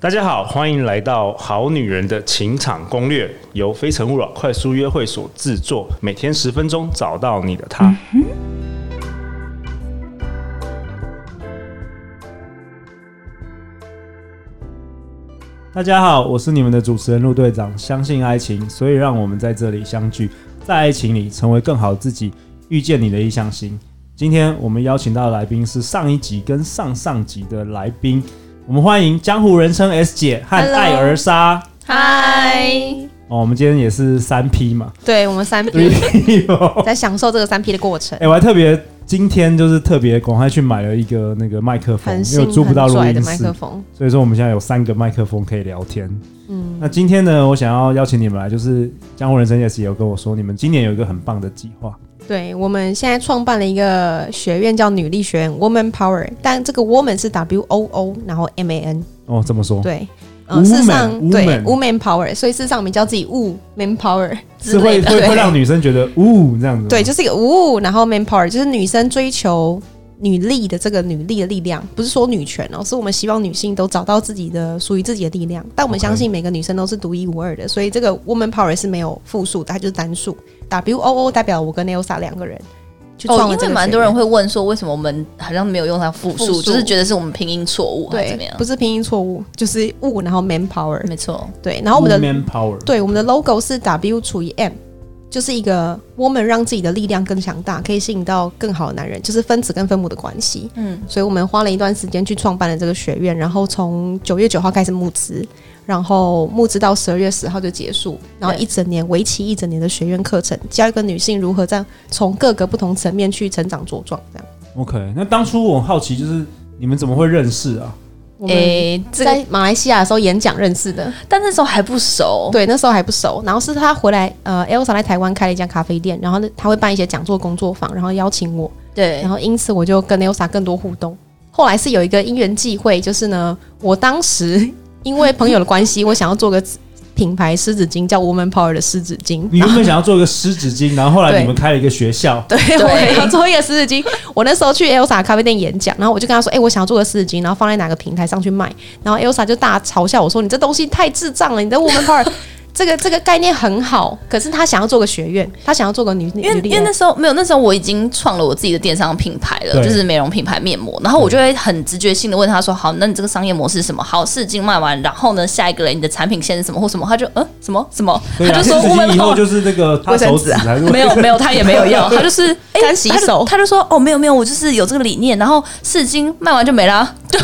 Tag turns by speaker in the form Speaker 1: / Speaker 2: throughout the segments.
Speaker 1: 大家好，欢迎来到《好女人的情场攻略》，由非诚勿扰快速约会所制作，每天十分钟，找到你的他。
Speaker 2: 大家好，我是你们的主持人陆队长。相信爱情，所以让我们在这里相聚，在爱情里成为更好自己，遇见你的理想型。今天我们邀请到的来宾是上一集跟上上集的来宾，我们欢迎江湖人称 S 姐和
Speaker 3: Hello
Speaker 2: 艾尔莎。
Speaker 3: 嗨，
Speaker 2: 哦，我们今天也是三 P 嘛，
Speaker 3: 对我们 三 P
Speaker 2: 对哦。
Speaker 3: 在享受这个三 P 的过程
Speaker 2: 哎、，我还特别今天就是特别赶快去买了一个那个麦克风，
Speaker 3: 很
Speaker 2: 因为
Speaker 3: 新
Speaker 2: 我租不到
Speaker 3: 很
Speaker 2: 录
Speaker 3: 拽的
Speaker 2: 音
Speaker 3: 麦
Speaker 2: 室
Speaker 3: 克，风，
Speaker 2: 所以说我们现在有三个麦克风可以聊天。
Speaker 3: 嗯，
Speaker 2: 那今天呢，我想要邀请你们来，就是江湖人生也是有跟我说，你们今年有一个很棒的计划，
Speaker 3: 对，我们现在创办了一个学院叫女力学院 （Woman Power），但这个 Woman 是 W O O，然后 M A N，
Speaker 2: 哦，这么说？
Speaker 3: 对，
Speaker 2: Woman，
Speaker 3: 嗯，事实上对
Speaker 2: Woman
Speaker 3: Woman Power，所以事实上我们叫自己 Woman Power
Speaker 2: 是
Speaker 3: 之类
Speaker 2: 会
Speaker 3: 的，
Speaker 2: 会会
Speaker 3: 对，
Speaker 2: 让女生觉得呜这样
Speaker 4: 嗯
Speaker 2: 子吗，
Speaker 3: 对，就是一个呜，然后 Man Power 就是女生追求。女力的这个女力的力量，不是说女权哦，是我们希望女性都找到自己的属于自己的力量。但我们
Speaker 2: OK
Speaker 3: 相信每个女生都是独一无二的，所以这个 woman power 是没有复数的，它就是单数。W O O 代表我跟 Nelsa 两个人去创
Speaker 4: 哦，
Speaker 3: 了
Speaker 4: 因
Speaker 3: 这
Speaker 4: 为
Speaker 3: 个。
Speaker 4: 蛮多人。会问说，为什么我们好像没有用到复
Speaker 3: 复
Speaker 4: 数，
Speaker 3: 数
Speaker 4: 就是觉得是我们拼音错误，还是怎么
Speaker 3: 对
Speaker 4: 样，？
Speaker 3: 不是拼音错误，就是物，然后 man power，
Speaker 4: 没错，
Speaker 3: 对，然后我们的
Speaker 2: man power，
Speaker 3: 对，我们的 logo 是 W 除以 M，就是一个 woman 让自己的力量更强大，可以吸引到更好的男人，就是分子跟分母的关系。
Speaker 4: 嗯，
Speaker 3: 所以我们花了一段时间去创办了这个学院，然后从九月九号开始募资，然后募资到十二月十号就结束，然后
Speaker 4: 对
Speaker 3: 一整年为期一整年的学院课程，教一个女性如何在从各个不同层面去成长茁壮。这样，
Speaker 2: ，OK。那当初我好奇就是你们怎么会认识啊？
Speaker 3: 我们、
Speaker 4: 诶，这个
Speaker 3: 在马来西亚的时候演讲认识的，
Speaker 4: 但那时候还不熟，
Speaker 3: 对，那时候还不熟。然后是他回来，呃，Elsa 来台湾开了一家咖啡店，然后呢，他会办一些讲座、工作坊，然后邀请我，
Speaker 4: 对
Speaker 3: 然后因此我就跟 Elsa 更多互动。后来是有一个因缘际会，就是呢，我当时因为朋友的关系，我想要做个品牌湿纸巾，叫 Woman Power 的湿纸巾。
Speaker 2: 你原本想要做一个湿纸巾，然后后来
Speaker 3: 对
Speaker 2: 你们开了一个学校，
Speaker 3: 对，我想做一个湿纸巾。我那时候去 Elsa 咖啡店演讲，然后我就跟他说：“哎、我想要做个湿纸巾，然后放在哪个平台上去卖。”然后 Elsa 就大嘲笑我说：“你这东西太智障了，你的 Woman Power 这个这个概念很好，可是他想要做个学院，他想要做个女女
Speaker 4: 因为
Speaker 3: 力
Speaker 4: 因为
Speaker 3: 量
Speaker 4: 那时候没有，那时候我已经创了我自己的电商品牌了，
Speaker 2: 对
Speaker 4: 就是美容品牌面膜。然后我就会很直觉性的问他说：“好，那你这个商业模式是什么？好，试镜卖完，然后呢，下一个人你的产品线是什么或什么？”他就嗯，什么什么，
Speaker 2: 对
Speaker 4: 他
Speaker 2: 啊，
Speaker 4: 就
Speaker 2: 湿
Speaker 4: 说
Speaker 2: 纸
Speaker 4: 我们
Speaker 2: 巾以后就是那个擦
Speaker 3: 卫生
Speaker 2: 手
Speaker 3: 纸
Speaker 2: 指
Speaker 3: 啊
Speaker 2: 还是
Speaker 4: 没有没有，他也没有要，他就是 哎
Speaker 3: 干洗
Speaker 4: 他就
Speaker 3: 手
Speaker 4: 他就说哦没有没有，我就是有这个理念，然后试金卖完就没啦， 就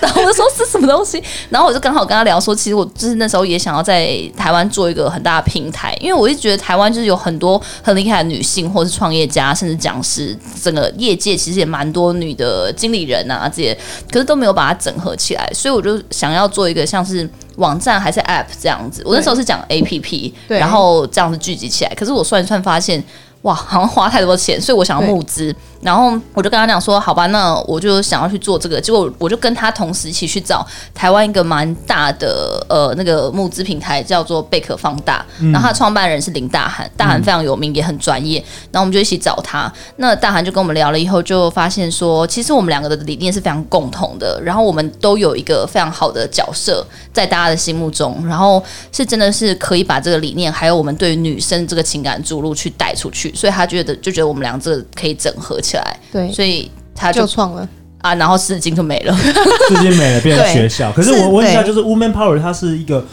Speaker 4: 然后我就说是什么东西，然后我就刚好跟他聊说，其实我就是那时候也想要在台湾做一个很大的平台，因为我一直觉得台湾就是有很多很厉害的女性或是创业家，甚至讲师，整个业界其实也蛮多女的经理人啊这些，可是都没有把它整合起来，所以我就想要做一个像是。网站还是 App 这样子，我那时候是讲 APP，
Speaker 3: 对
Speaker 4: 然后这样子聚集起来。可是我算一算发现，哇，好像花太多钱，所以我想要募资。然后我就跟他讲说，好吧，那我就想要去做这个。结果我就跟他同时一起去找台湾一个蛮大的呃那个募资平台，叫做贝壳放大。然后他的创办人是林大涵，大涵非常有名，也很专业。然后我们就一起找他。那大涵就跟我们聊了以后，就发现说，其实我们两个的理念是非常共同的，然后我们都有一个非常好的角色在大家的心目中，然后是真的是可以把这个理念，还有我们对于女生这个情感注入去带出去，所以他觉得就觉得我们俩这个可以整合起来，
Speaker 3: 对，
Speaker 4: 所以他就
Speaker 3: 就创了。
Speaker 4: 啊，然后四金就没了。
Speaker 2: 湿巾没了变成
Speaker 3: 对
Speaker 2: 学校。可是
Speaker 3: 是
Speaker 2: 我问一下，
Speaker 3: 对
Speaker 2: 就是 woman power 它是一个。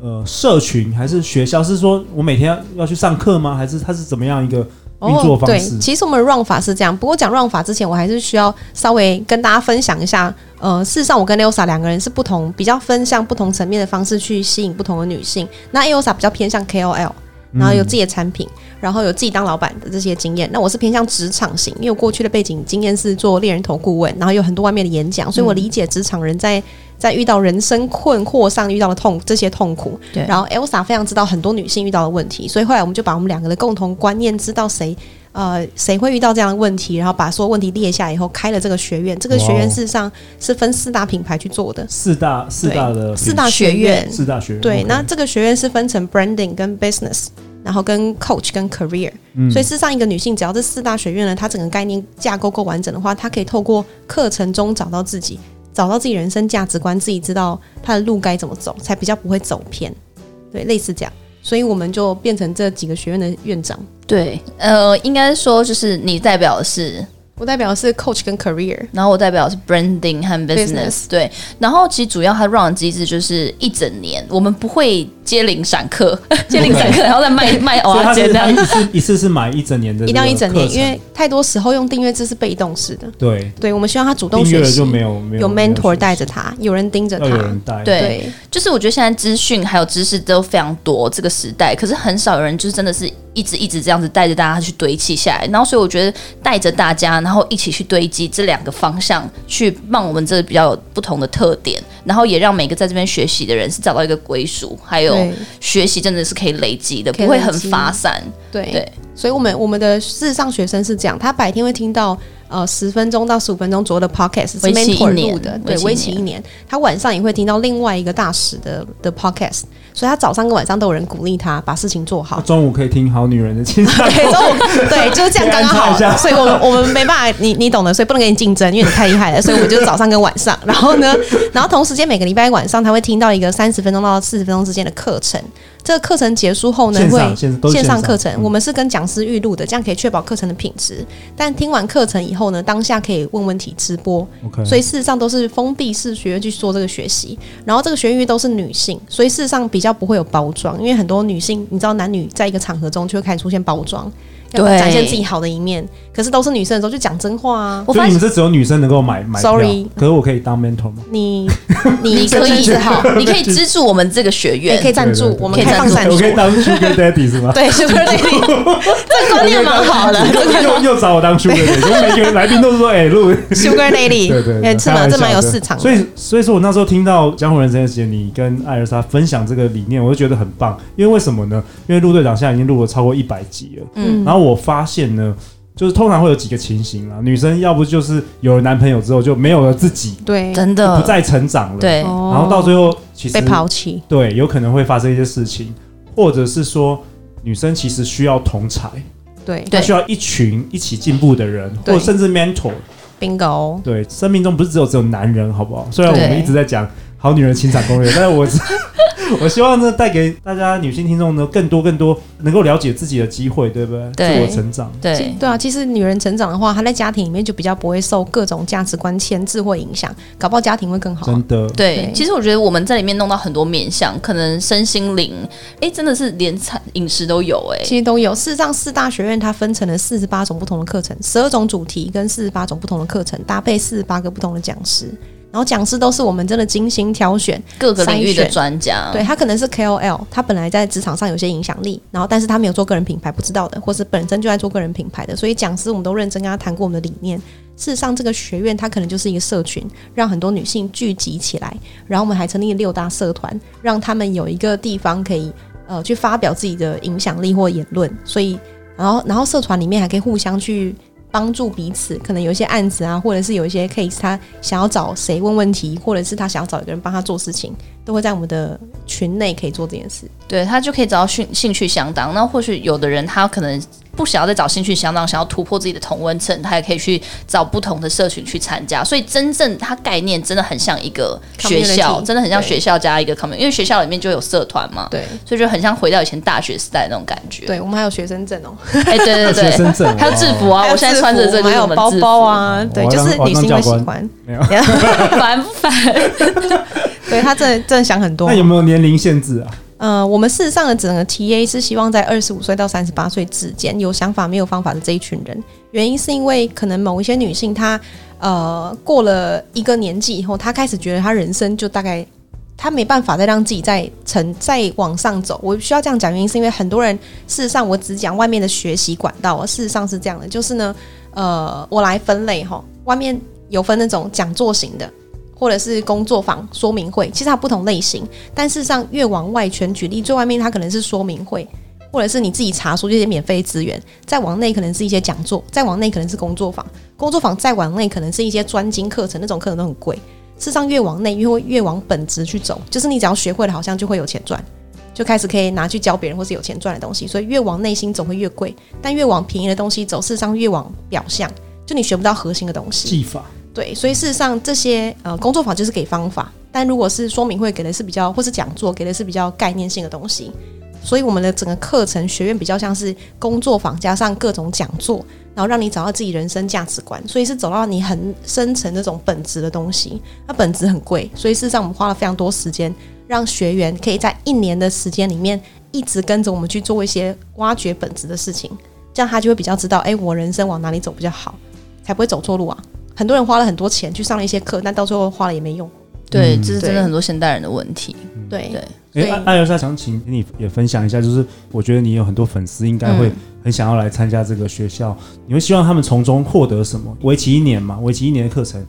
Speaker 2: 呃，社群还是学校？是说我每天要要去上课吗？还是它是怎么样一个运作方
Speaker 3: 哦对
Speaker 2: 式，
Speaker 3: 其实我们 run 法是这样，不过讲 run 法之前，我还是需要稍微跟大家分享一下。呃，事实上，我跟 Elsa 两个人是不同，比较分向不同层面的方式去吸引不同的女性。那 Elsa 比较偏向 KOL，然后有
Speaker 2: 嗯
Speaker 3: 自己的产品，然后有自己当老板的这些经验。那我是偏向职场型，因为我过去的背景经验是做猎人头顾问，然后有很多外面的演讲，所以我理解职场人在在遇到人生困惑上遇到的痛这些痛苦。
Speaker 4: 对
Speaker 3: 然后 Elsa 非常知道很多女性遇到的问题，所以后来我们就把我们两个的共同观念，知道谁。呃，谁会遇到这样的问题？然后把所有问题列下以后，开了这个学院。这个学
Speaker 2: 哇哦
Speaker 3: 院事实上是分四大品牌去做的，
Speaker 2: 四大四大的
Speaker 3: 四大学
Speaker 4: 学
Speaker 3: 院
Speaker 2: 四大呃学院
Speaker 3: 对，
Speaker 2: OK
Speaker 3: 那这个学院是分成 branding 跟 business，然后跟 coach 跟 career。所以
Speaker 2: 嗯
Speaker 3: 事实上，一个女性只要这四大学院呢，她整个概念架构够完整的话，她可以透过课程中找到自己。找到自己人生价值观，自己知道他的路该怎么走，才比较不会走偏。对，类似这样，所以我们就变成这几个学院的院长。
Speaker 4: 对，呃，应该说就是你代表的是
Speaker 3: 我代表的是 coach 跟 career，
Speaker 4: 然后我代表的是 branding 和 business，,
Speaker 3: Business
Speaker 4: 对。然后其实主要它 run 的机制就是一整年，我们不会接零散课，接零散课，然后再卖卖
Speaker 2: 所以
Speaker 4: 蚵
Speaker 2: 他
Speaker 4: 仔
Speaker 2: 是
Speaker 4: 煎这
Speaker 2: 他
Speaker 4: 样。
Speaker 2: 一次一次是买一整年的这
Speaker 3: 一
Speaker 2: 个课程，
Speaker 3: 定要一整年，因为太多时候用订阅制是被动式的。
Speaker 2: 对
Speaker 3: 对，我们希望他主动
Speaker 2: 订阅
Speaker 3: 学
Speaker 2: 了
Speaker 3: 习
Speaker 2: 就，没有没有
Speaker 3: 有
Speaker 2: 没
Speaker 3: mentor
Speaker 2: 学习
Speaker 3: 带着他，有人盯着
Speaker 2: 要有人
Speaker 3: 他。
Speaker 2: 带，
Speaker 4: 对
Speaker 3: 对，
Speaker 4: 就是我觉得现在资讯还有知识都非常多，这个时代，可是很少有人就是真的是一直一直这样子带着大家去堆砌下来。然后所以我觉得带着大家，然后一起去堆积这两个方向，去让我们这比较有不同的特点，然后也让每个在这边学习的人是找到一个归属，还有
Speaker 3: 对
Speaker 4: 学习真的是可以累积的，
Speaker 3: 可以
Speaker 4: 不会
Speaker 3: 累
Speaker 4: 很
Speaker 3: 积
Speaker 4: 发散。
Speaker 3: 对
Speaker 4: 对
Speaker 3: 所以我们我们的事实上学生是这样，他白天会听到呃十分钟到十五分钟左右的 podcast 是
Speaker 4: 为期一
Speaker 3: mentor
Speaker 4: 年
Speaker 3: 录的，对
Speaker 4: 为，期一
Speaker 3: 为期一年。他晚上也会听到另外一个大使的的 podcast，所以他早上跟晚上都有人鼓励他把事情做好
Speaker 2: 那。啊中午可以听好女人的情商，
Speaker 3: 对，中午 对，就是这样刚刚
Speaker 2: 可以安插一下
Speaker 3: 好。所以我们我们没办法，你你懂的，所以不能跟你竞争，因为你太厉害了。所以我们就是早上跟晚上，然后呢，然后同时间每个礼拜晚上他会听到一个三十分钟到四十分钟之间的课程。这个课程结束后呢，
Speaker 2: 线
Speaker 3: 会
Speaker 2: 上线都是
Speaker 3: 线上课程，
Speaker 2: 嗯
Speaker 3: 我们是跟讲师预录的，这样可以确保课程的品质。但听完课程以后呢，当下可以问问题直播，
Speaker 2: OK，
Speaker 3: 所以事实上都是封闭式学院去做这个学习，然后这个学院都是女性，所以事实上比较不会有包装，因为很多女性，你知道男女在一个场合中就会开始出现包装，要
Speaker 4: 对
Speaker 3: 展现自己好的一面，可是都是女生的时候就讲真话啊。
Speaker 4: 我
Speaker 2: 所
Speaker 4: 发
Speaker 2: 以你
Speaker 4: 现
Speaker 2: 们这只有女生能够买买票
Speaker 3: Sorry
Speaker 2: 可是我可以当 mentor 吗？
Speaker 3: 你
Speaker 4: 你
Speaker 3: 你
Speaker 4: 可 以
Speaker 3: 是好，
Speaker 4: 你可以资助我们这个学
Speaker 3: 也
Speaker 4: 院
Speaker 3: 哎可。以赞
Speaker 2: 对
Speaker 3: 助
Speaker 2: 对，对
Speaker 3: 我们开放
Speaker 4: 可以
Speaker 3: 赞
Speaker 4: 赞
Speaker 3: 助
Speaker 2: 我，可以当 sugar daddy 是吗？
Speaker 3: 对 Sugar Daddy，
Speaker 4: 这个观念蛮好的，
Speaker 2: 又又找我当 sugar daddy，所以每个来宾都是说，哎，录
Speaker 3: Sugar
Speaker 2: 对对
Speaker 3: Daddy，
Speaker 2: 对，
Speaker 3: 是
Speaker 2: 开
Speaker 3: 吗？
Speaker 2: 玩
Speaker 3: 这蛮
Speaker 2: 笑
Speaker 3: 有
Speaker 2: 的
Speaker 3: 市场的。
Speaker 2: 所以，所以说我那时候听到江湖人生的节，你跟艾尔莎分享这个理念，我就觉得很棒。因为为什么呢？因为陆队长现在已经录了超过一百集了。
Speaker 3: 嗯
Speaker 2: 然后我发现呢，就是通常会有几个情形啊，女生要不就是有了男朋友之后就没有了自己，
Speaker 3: 对，
Speaker 4: 真
Speaker 2: 就
Speaker 4: 的
Speaker 2: 不再成长了。。
Speaker 4: 对，
Speaker 3: 然
Speaker 2: 然后到最后，其实
Speaker 3: 嗯被抛弃，
Speaker 2: 对，有可能会发生一些事情，或者是说女生其实需要同才，
Speaker 3: 对
Speaker 2: 她
Speaker 4: 对
Speaker 2: 需要一群一起进步的人，或
Speaker 3: 对
Speaker 2: 者甚至 mentor。
Speaker 3: ，bingo，
Speaker 2: 对，生命中不是只有只有男人，好不好？虽然我们
Speaker 4: 对
Speaker 2: 一直在讲好女人情场攻略，但是我我 希望呢，带给大家女性听众呢更多更多能够了解自己的机会，对不对？
Speaker 4: 对
Speaker 2: 自我成长。
Speaker 4: 对，
Speaker 3: 对啊，其实女人成长的话，她在家庭里面就比较不会受各种价值观牵制或影响，搞不好家庭会更好。啊
Speaker 2: 真的，
Speaker 4: 对
Speaker 3: 对，
Speaker 4: 其实我觉得我们在里面弄到很多面向，可能身心灵，哎，真的是连餐饮食都有哎、
Speaker 3: 其实都有，事实上四大学院它分成了四十八种不同的课程，十二种主题跟四十八种不同的课程，搭配四十八个不同的讲师，然后讲师都是我们真的精心挑选，
Speaker 4: 各个领
Speaker 3: 筛
Speaker 4: 域的
Speaker 3: 选
Speaker 4: 专家，
Speaker 3: 对他可能是 KOL，他本来在职场上有些影响力，然后但是他没有做个人品牌，不知道的，或是本身就在做个人品牌的，所以讲师我们都认真跟他谈过我们的理念。事实上，这个学院它可能就是一个社群，让很多女性聚集起来，然后我们还成立了六大社团，让他们有一个地方可以呃去发表自己的影响力或言论。所以，然后然后社团里面还可以互相去。帮助彼此，可能有一些案子啊，或者是有一些 case，他想要找谁问问题，或者是他想要找一个人帮他做事情，都会在我们的群内可以做这件事。
Speaker 4: 对他就可以找到兴兴趣相当。那或许有的人他可能不想要再找兴趣相当，想要突破自己的同温层，他也可以去找不同的社群去参加。所以真正它概念真的很像一个学校，
Speaker 3: Community，
Speaker 4: 真的很像
Speaker 3: 对
Speaker 4: 学校加一个 community，因为学校里面就有社团嘛，
Speaker 3: 对，
Speaker 4: 所以就很像回到以前大学时代那种感觉。
Speaker 3: 对我们还有学生证哦、
Speaker 4: 哎，
Speaker 2: 学
Speaker 4: 对对对
Speaker 2: 生 证
Speaker 4: 还有制服啊，我现在穿着这
Speaker 3: 还
Speaker 4: 个就是
Speaker 3: 有
Speaker 4: 我们
Speaker 3: 包
Speaker 4: 制服
Speaker 3: 包，啊，对，
Speaker 2: 我要
Speaker 3: 就
Speaker 2: 当
Speaker 3: 是女性会喜欢。
Speaker 4: 烦不烦？
Speaker 3: 对他真的真的想很多
Speaker 2: 那。有没有年龄限制啊？
Speaker 3: 呃，我们事实上的整个 TA 是希望在二十五岁到三十八岁之间，有想法没有方法的这一群人。原因是因为可能某一些女性她呃过了一个年纪以后，她开始觉得她人生就大概。她没办法再让自己再成再往上走。我需要这样讲，原因是因为很多人事实上我只讲外面的学习管道啊，事实上是这样的，就是呢，呃，我来分类哈，外面有分那种讲座型的，或者是工作坊、说明会，其实它有不同类型。但事实上，越往外圈，举例最外面它可能是说明会，或者是你自己查书这些免费资源；再往内可能是一些讲座，再往内可能是工作坊，工作坊再往内可能是一些专精课程，那种课程都很贵。事实上，越往内越会越往本质去走，就是你只要学会了，好像就会有钱赚。就开始可以拿去教别人，或是有钱赚的东西，所以越往内心走会越贵，但越往便宜的东西走，事实上越往表象，就你学不到核心的东西。
Speaker 2: 技法
Speaker 3: 对，所以事实上这些呃工作坊就是给方法，但如果是说明会给的是比较，或是讲座给的是比较概念性的东西。所以我们的整个课程学院比较像是工作坊加上各种讲座，然后让你找到自己人生价值观，所以是走到你很深层那种本质的东西。那本质很贵，所以事实上我们花了非常多时间，让学员可以在一年的时间里面一直跟着我们去做一些挖掘本质的事情，这样他就会比较知道，哎，我人生往哪里走比较好，才不会走错路啊。很多人花了很多钱去上了一些课，但到最后花了也没用。
Speaker 4: 对，
Speaker 2: 嗯
Speaker 4: 这是真
Speaker 3: 对
Speaker 4: 的很多现代人的问题。
Speaker 3: 对
Speaker 4: 对，
Speaker 2: 哎、
Speaker 3: 所以
Speaker 2: 艾艾尔莎想请你也分享一下，就是我觉得你有很多粉丝应该会
Speaker 4: 嗯
Speaker 2: 很想要来参加这个学校，你会希望他们从中获得什么？为期一年嘛，为期一年的课程，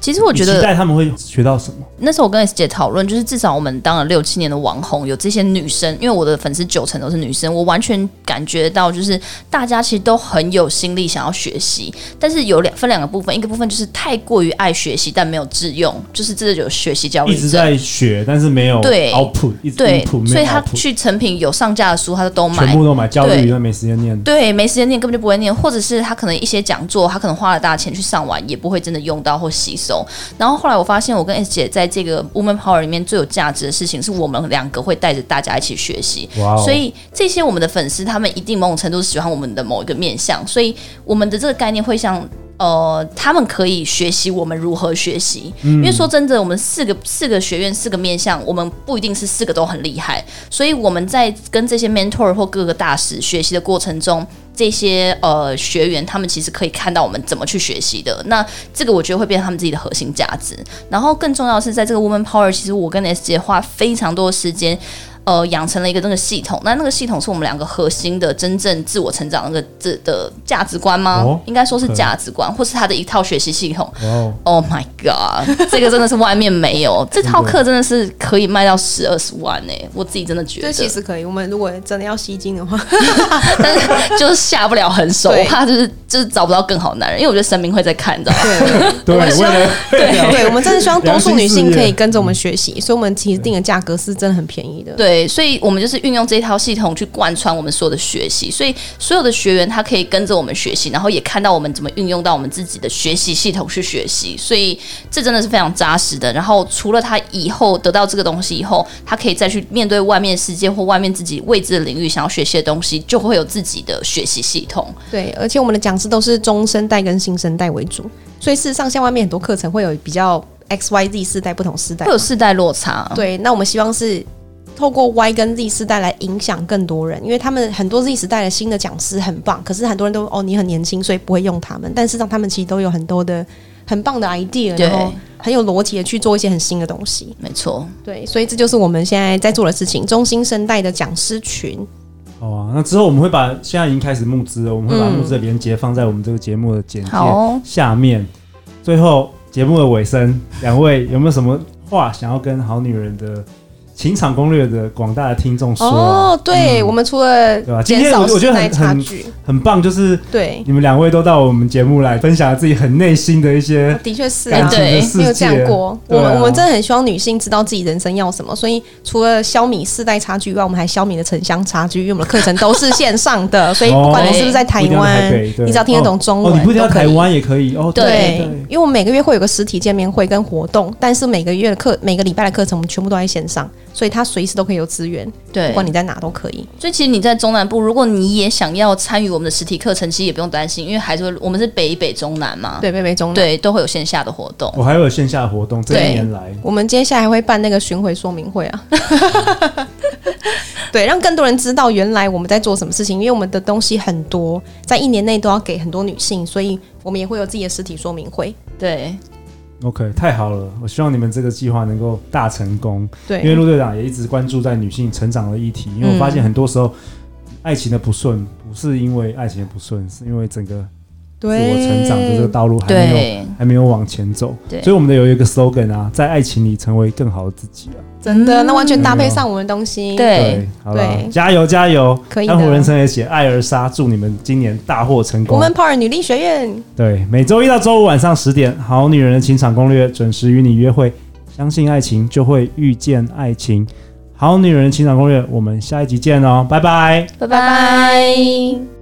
Speaker 4: 其实我觉
Speaker 2: 你期
Speaker 4: 得
Speaker 2: 待他们会学到什么？
Speaker 4: 那时候我跟 S 姐讨论，就是至少我们当了六七年的网红，有这些女生，因为我的粉丝九成都是女生，我完全感觉到就是大家其实都很有心力想要学习，但是有两分两个部分，一个部分就是太过于爱学习但没有致用，就是这就有学习焦虑
Speaker 2: 一
Speaker 4: 症，
Speaker 2: 直在学，但是没有
Speaker 4: 对
Speaker 2: output，一直
Speaker 4: 对
Speaker 2: input，，没有
Speaker 4: 所以他
Speaker 2: output
Speaker 4: 去成品有上架的书，他都都买
Speaker 2: 全。部都买，教育
Speaker 4: 对
Speaker 2: 又没时间念。
Speaker 4: 对，没时间念，根本就不会念，或者是他可能一些讲座，他可能花了大钱去上完，也不会真的用到或吸收。然后后来我发现，我跟 S 姐在这个 Woman Power 里面最有价值的事情，是我们两个会带着大家一起学习。
Speaker 2: 哇哦
Speaker 4: 所以这些我们的粉丝，他们一定某种程度是喜欢我们的某一个面向，所以我们的这个概念会像。呃，他们可以学习我们如何学习，
Speaker 2: 嗯
Speaker 4: 因为说真的，我们四个四个学院四个面向，我们不一定是四个都很厉害，所以我们在跟这些 mentor 或各个大师学习的过程中，这些呃学员他们其实可以看到我们怎么去学习的。那这个我觉得会变成他们自己的核心价值。然后更重要的是，在这个 Woman Power，其实我跟 S 姐花非常多的时间呃养成了一个那个系统，那那个系统是我们两个核心的真正自我成长那个这的价值观吗？
Speaker 2: 哦
Speaker 4: 应该说是价值观，或是他的一套学习系统。
Speaker 2: 哇哦，
Speaker 4: Oh my god，这 个真的是外面 没有，这套课真的是可以卖到十二十万呢、我自己真的觉
Speaker 3: 这
Speaker 4: 得，
Speaker 3: 其实可以，我们如果真的要吸金的话，
Speaker 4: 但是就是下不了狠手，
Speaker 3: 对
Speaker 4: 我怕就是就是找不到更好的男人，因为我觉得神明会在看，你知道吗？
Speaker 3: 对
Speaker 2: 对，
Speaker 3: 我们
Speaker 2: 为
Speaker 3: 希望
Speaker 2: 了
Speaker 3: 对，我们真的希望多数女
Speaker 2: 良心事
Speaker 3: 性
Speaker 2: 业
Speaker 3: 可以跟着我们学习，所以我们其实定的价格是真的很便宜的。
Speaker 4: 对，所以我们就是运用这一套系统去贯穿我们所有的学习，所以所有的学员他可以跟着我们学习，然后也看到我们怎么运用到我们自己的学习系统去学习，所以这真的是非常扎实的。然后除了他以后得到这个东西以后，他可以再去面对外面世界或外面自己未知的领域想要学习的东西，就会有自己的学习系统。
Speaker 3: 对，而且我们的讲师都是中生代跟新生代为主，所以事实上，像外面很多课程会有比较 X、Y、Z 世代不同世代
Speaker 4: 会，有世代落差。
Speaker 3: 对，那我们希望是透过 Y 跟 Z 世代来影响更多人，因为他们很多 Z 世代的新的讲师很棒，可是很多人都哦你很年轻，所以不会用他们，但事实上他们其实都有很多的很棒的 idea，
Speaker 4: 对
Speaker 3: 然后很有逻辑的去做一些很新的东西。
Speaker 4: 没错，
Speaker 3: 对，所以这就是我们现在在做的事情，中新生代的讲师群。
Speaker 2: 好啊，那之后我们会把现在已经开始募资了，我们会把
Speaker 3: 嗯
Speaker 2: 募资的连接放在我们这个节目的简介
Speaker 4: 好哦、
Speaker 2: 下面。最后节目的尾声，两位有没有什么话想要跟《好女人的情场攻略》的广大的听众说啊？
Speaker 3: 哦，对，
Speaker 4: 嗯
Speaker 3: 我们除了
Speaker 2: 对吧啊今
Speaker 3: 减
Speaker 2: 天我
Speaker 3: 少
Speaker 2: 我觉得
Speaker 3: 时代
Speaker 2: 很
Speaker 3: 差
Speaker 2: 很
Speaker 3: 距，
Speaker 2: 很棒，就是
Speaker 3: 对，
Speaker 2: 你们两位都到我们节目来分享自己很内心的一些
Speaker 3: 的确是
Speaker 2: 感
Speaker 3: 啊
Speaker 2: 情。的
Speaker 4: 哎对
Speaker 2: 世
Speaker 3: 没有这
Speaker 2: 界。
Speaker 3: 样过，
Speaker 2: 对
Speaker 3: 我
Speaker 2: 啊
Speaker 3: 们我们真的很希望女性知道自己人生要什么，所以除了消弭世代差距以外，我们还消弭了城乡差距，因为我们的课程都是线 上的，所以不管你是不是在台
Speaker 2: 哦不一定要
Speaker 3: 湾
Speaker 2: 台北，对
Speaker 3: 你只要听得懂中文，
Speaker 2: 哦，你不一定要
Speaker 3: 都可以
Speaker 2: 台湾也可以哦。
Speaker 3: 对
Speaker 2: 对，
Speaker 3: 因为我们每个月会有个实体见面会跟活动，但是每个月的课、每个礼拜的课程我们全部都在线上，所以它随时都可以有资源，
Speaker 4: 对
Speaker 3: 不，管你在哪都可以。
Speaker 4: 所以其实你在中南部，如果你也想要参与我们的实体课程，其实也不用担心，因为还是会我们是北北中南嘛，
Speaker 3: 对，贝贝中南。
Speaker 4: 对都会有线下的活动。
Speaker 2: 我还有线下的活动，这一
Speaker 4: 对
Speaker 2: 年来
Speaker 3: 我们接下来还会办那个巡回说明会啊， 对，让更多人知道原来我们在做什么事情，因为我们的东西很多，在一年内都要给很多女性，所以我们也会有自己的实体说明会。
Speaker 4: 对，
Speaker 2: OK，太好了！我希望你们这个计划能够大成功，因为
Speaker 3: 对，嗯
Speaker 2: 陆队长也一直关注在女性成长的议题。因为我发现很多时候，爱情的不顺不是因为爱情的不顺，是因为整个自
Speaker 3: 对，
Speaker 2: 我成长的这个道路还没有
Speaker 4: 对，
Speaker 2: 还没有往前走。
Speaker 4: 对
Speaker 2: 所以我们的有一个 slogan 啊，在爱情里成为更好的自己啊。
Speaker 3: 真的，那完全搭配上我们的东西。
Speaker 4: 对
Speaker 2: 好了
Speaker 3: 哎对，
Speaker 2: 加油加油！
Speaker 3: 可以的
Speaker 2: 安湖人生也写爱而杀，祝你们今年大获成
Speaker 3: 我
Speaker 2: 功。
Speaker 3: 们 Power 女力学院，
Speaker 2: 对，每周一到周五晚上十点，《好女人的情场攻略》准时与你约会。相信爱情，就会遇见爱情。《好女人的情场攻略》，我们下一集见哦，拜拜。
Speaker 3: 拜
Speaker 4: 拜
Speaker 3: 拜。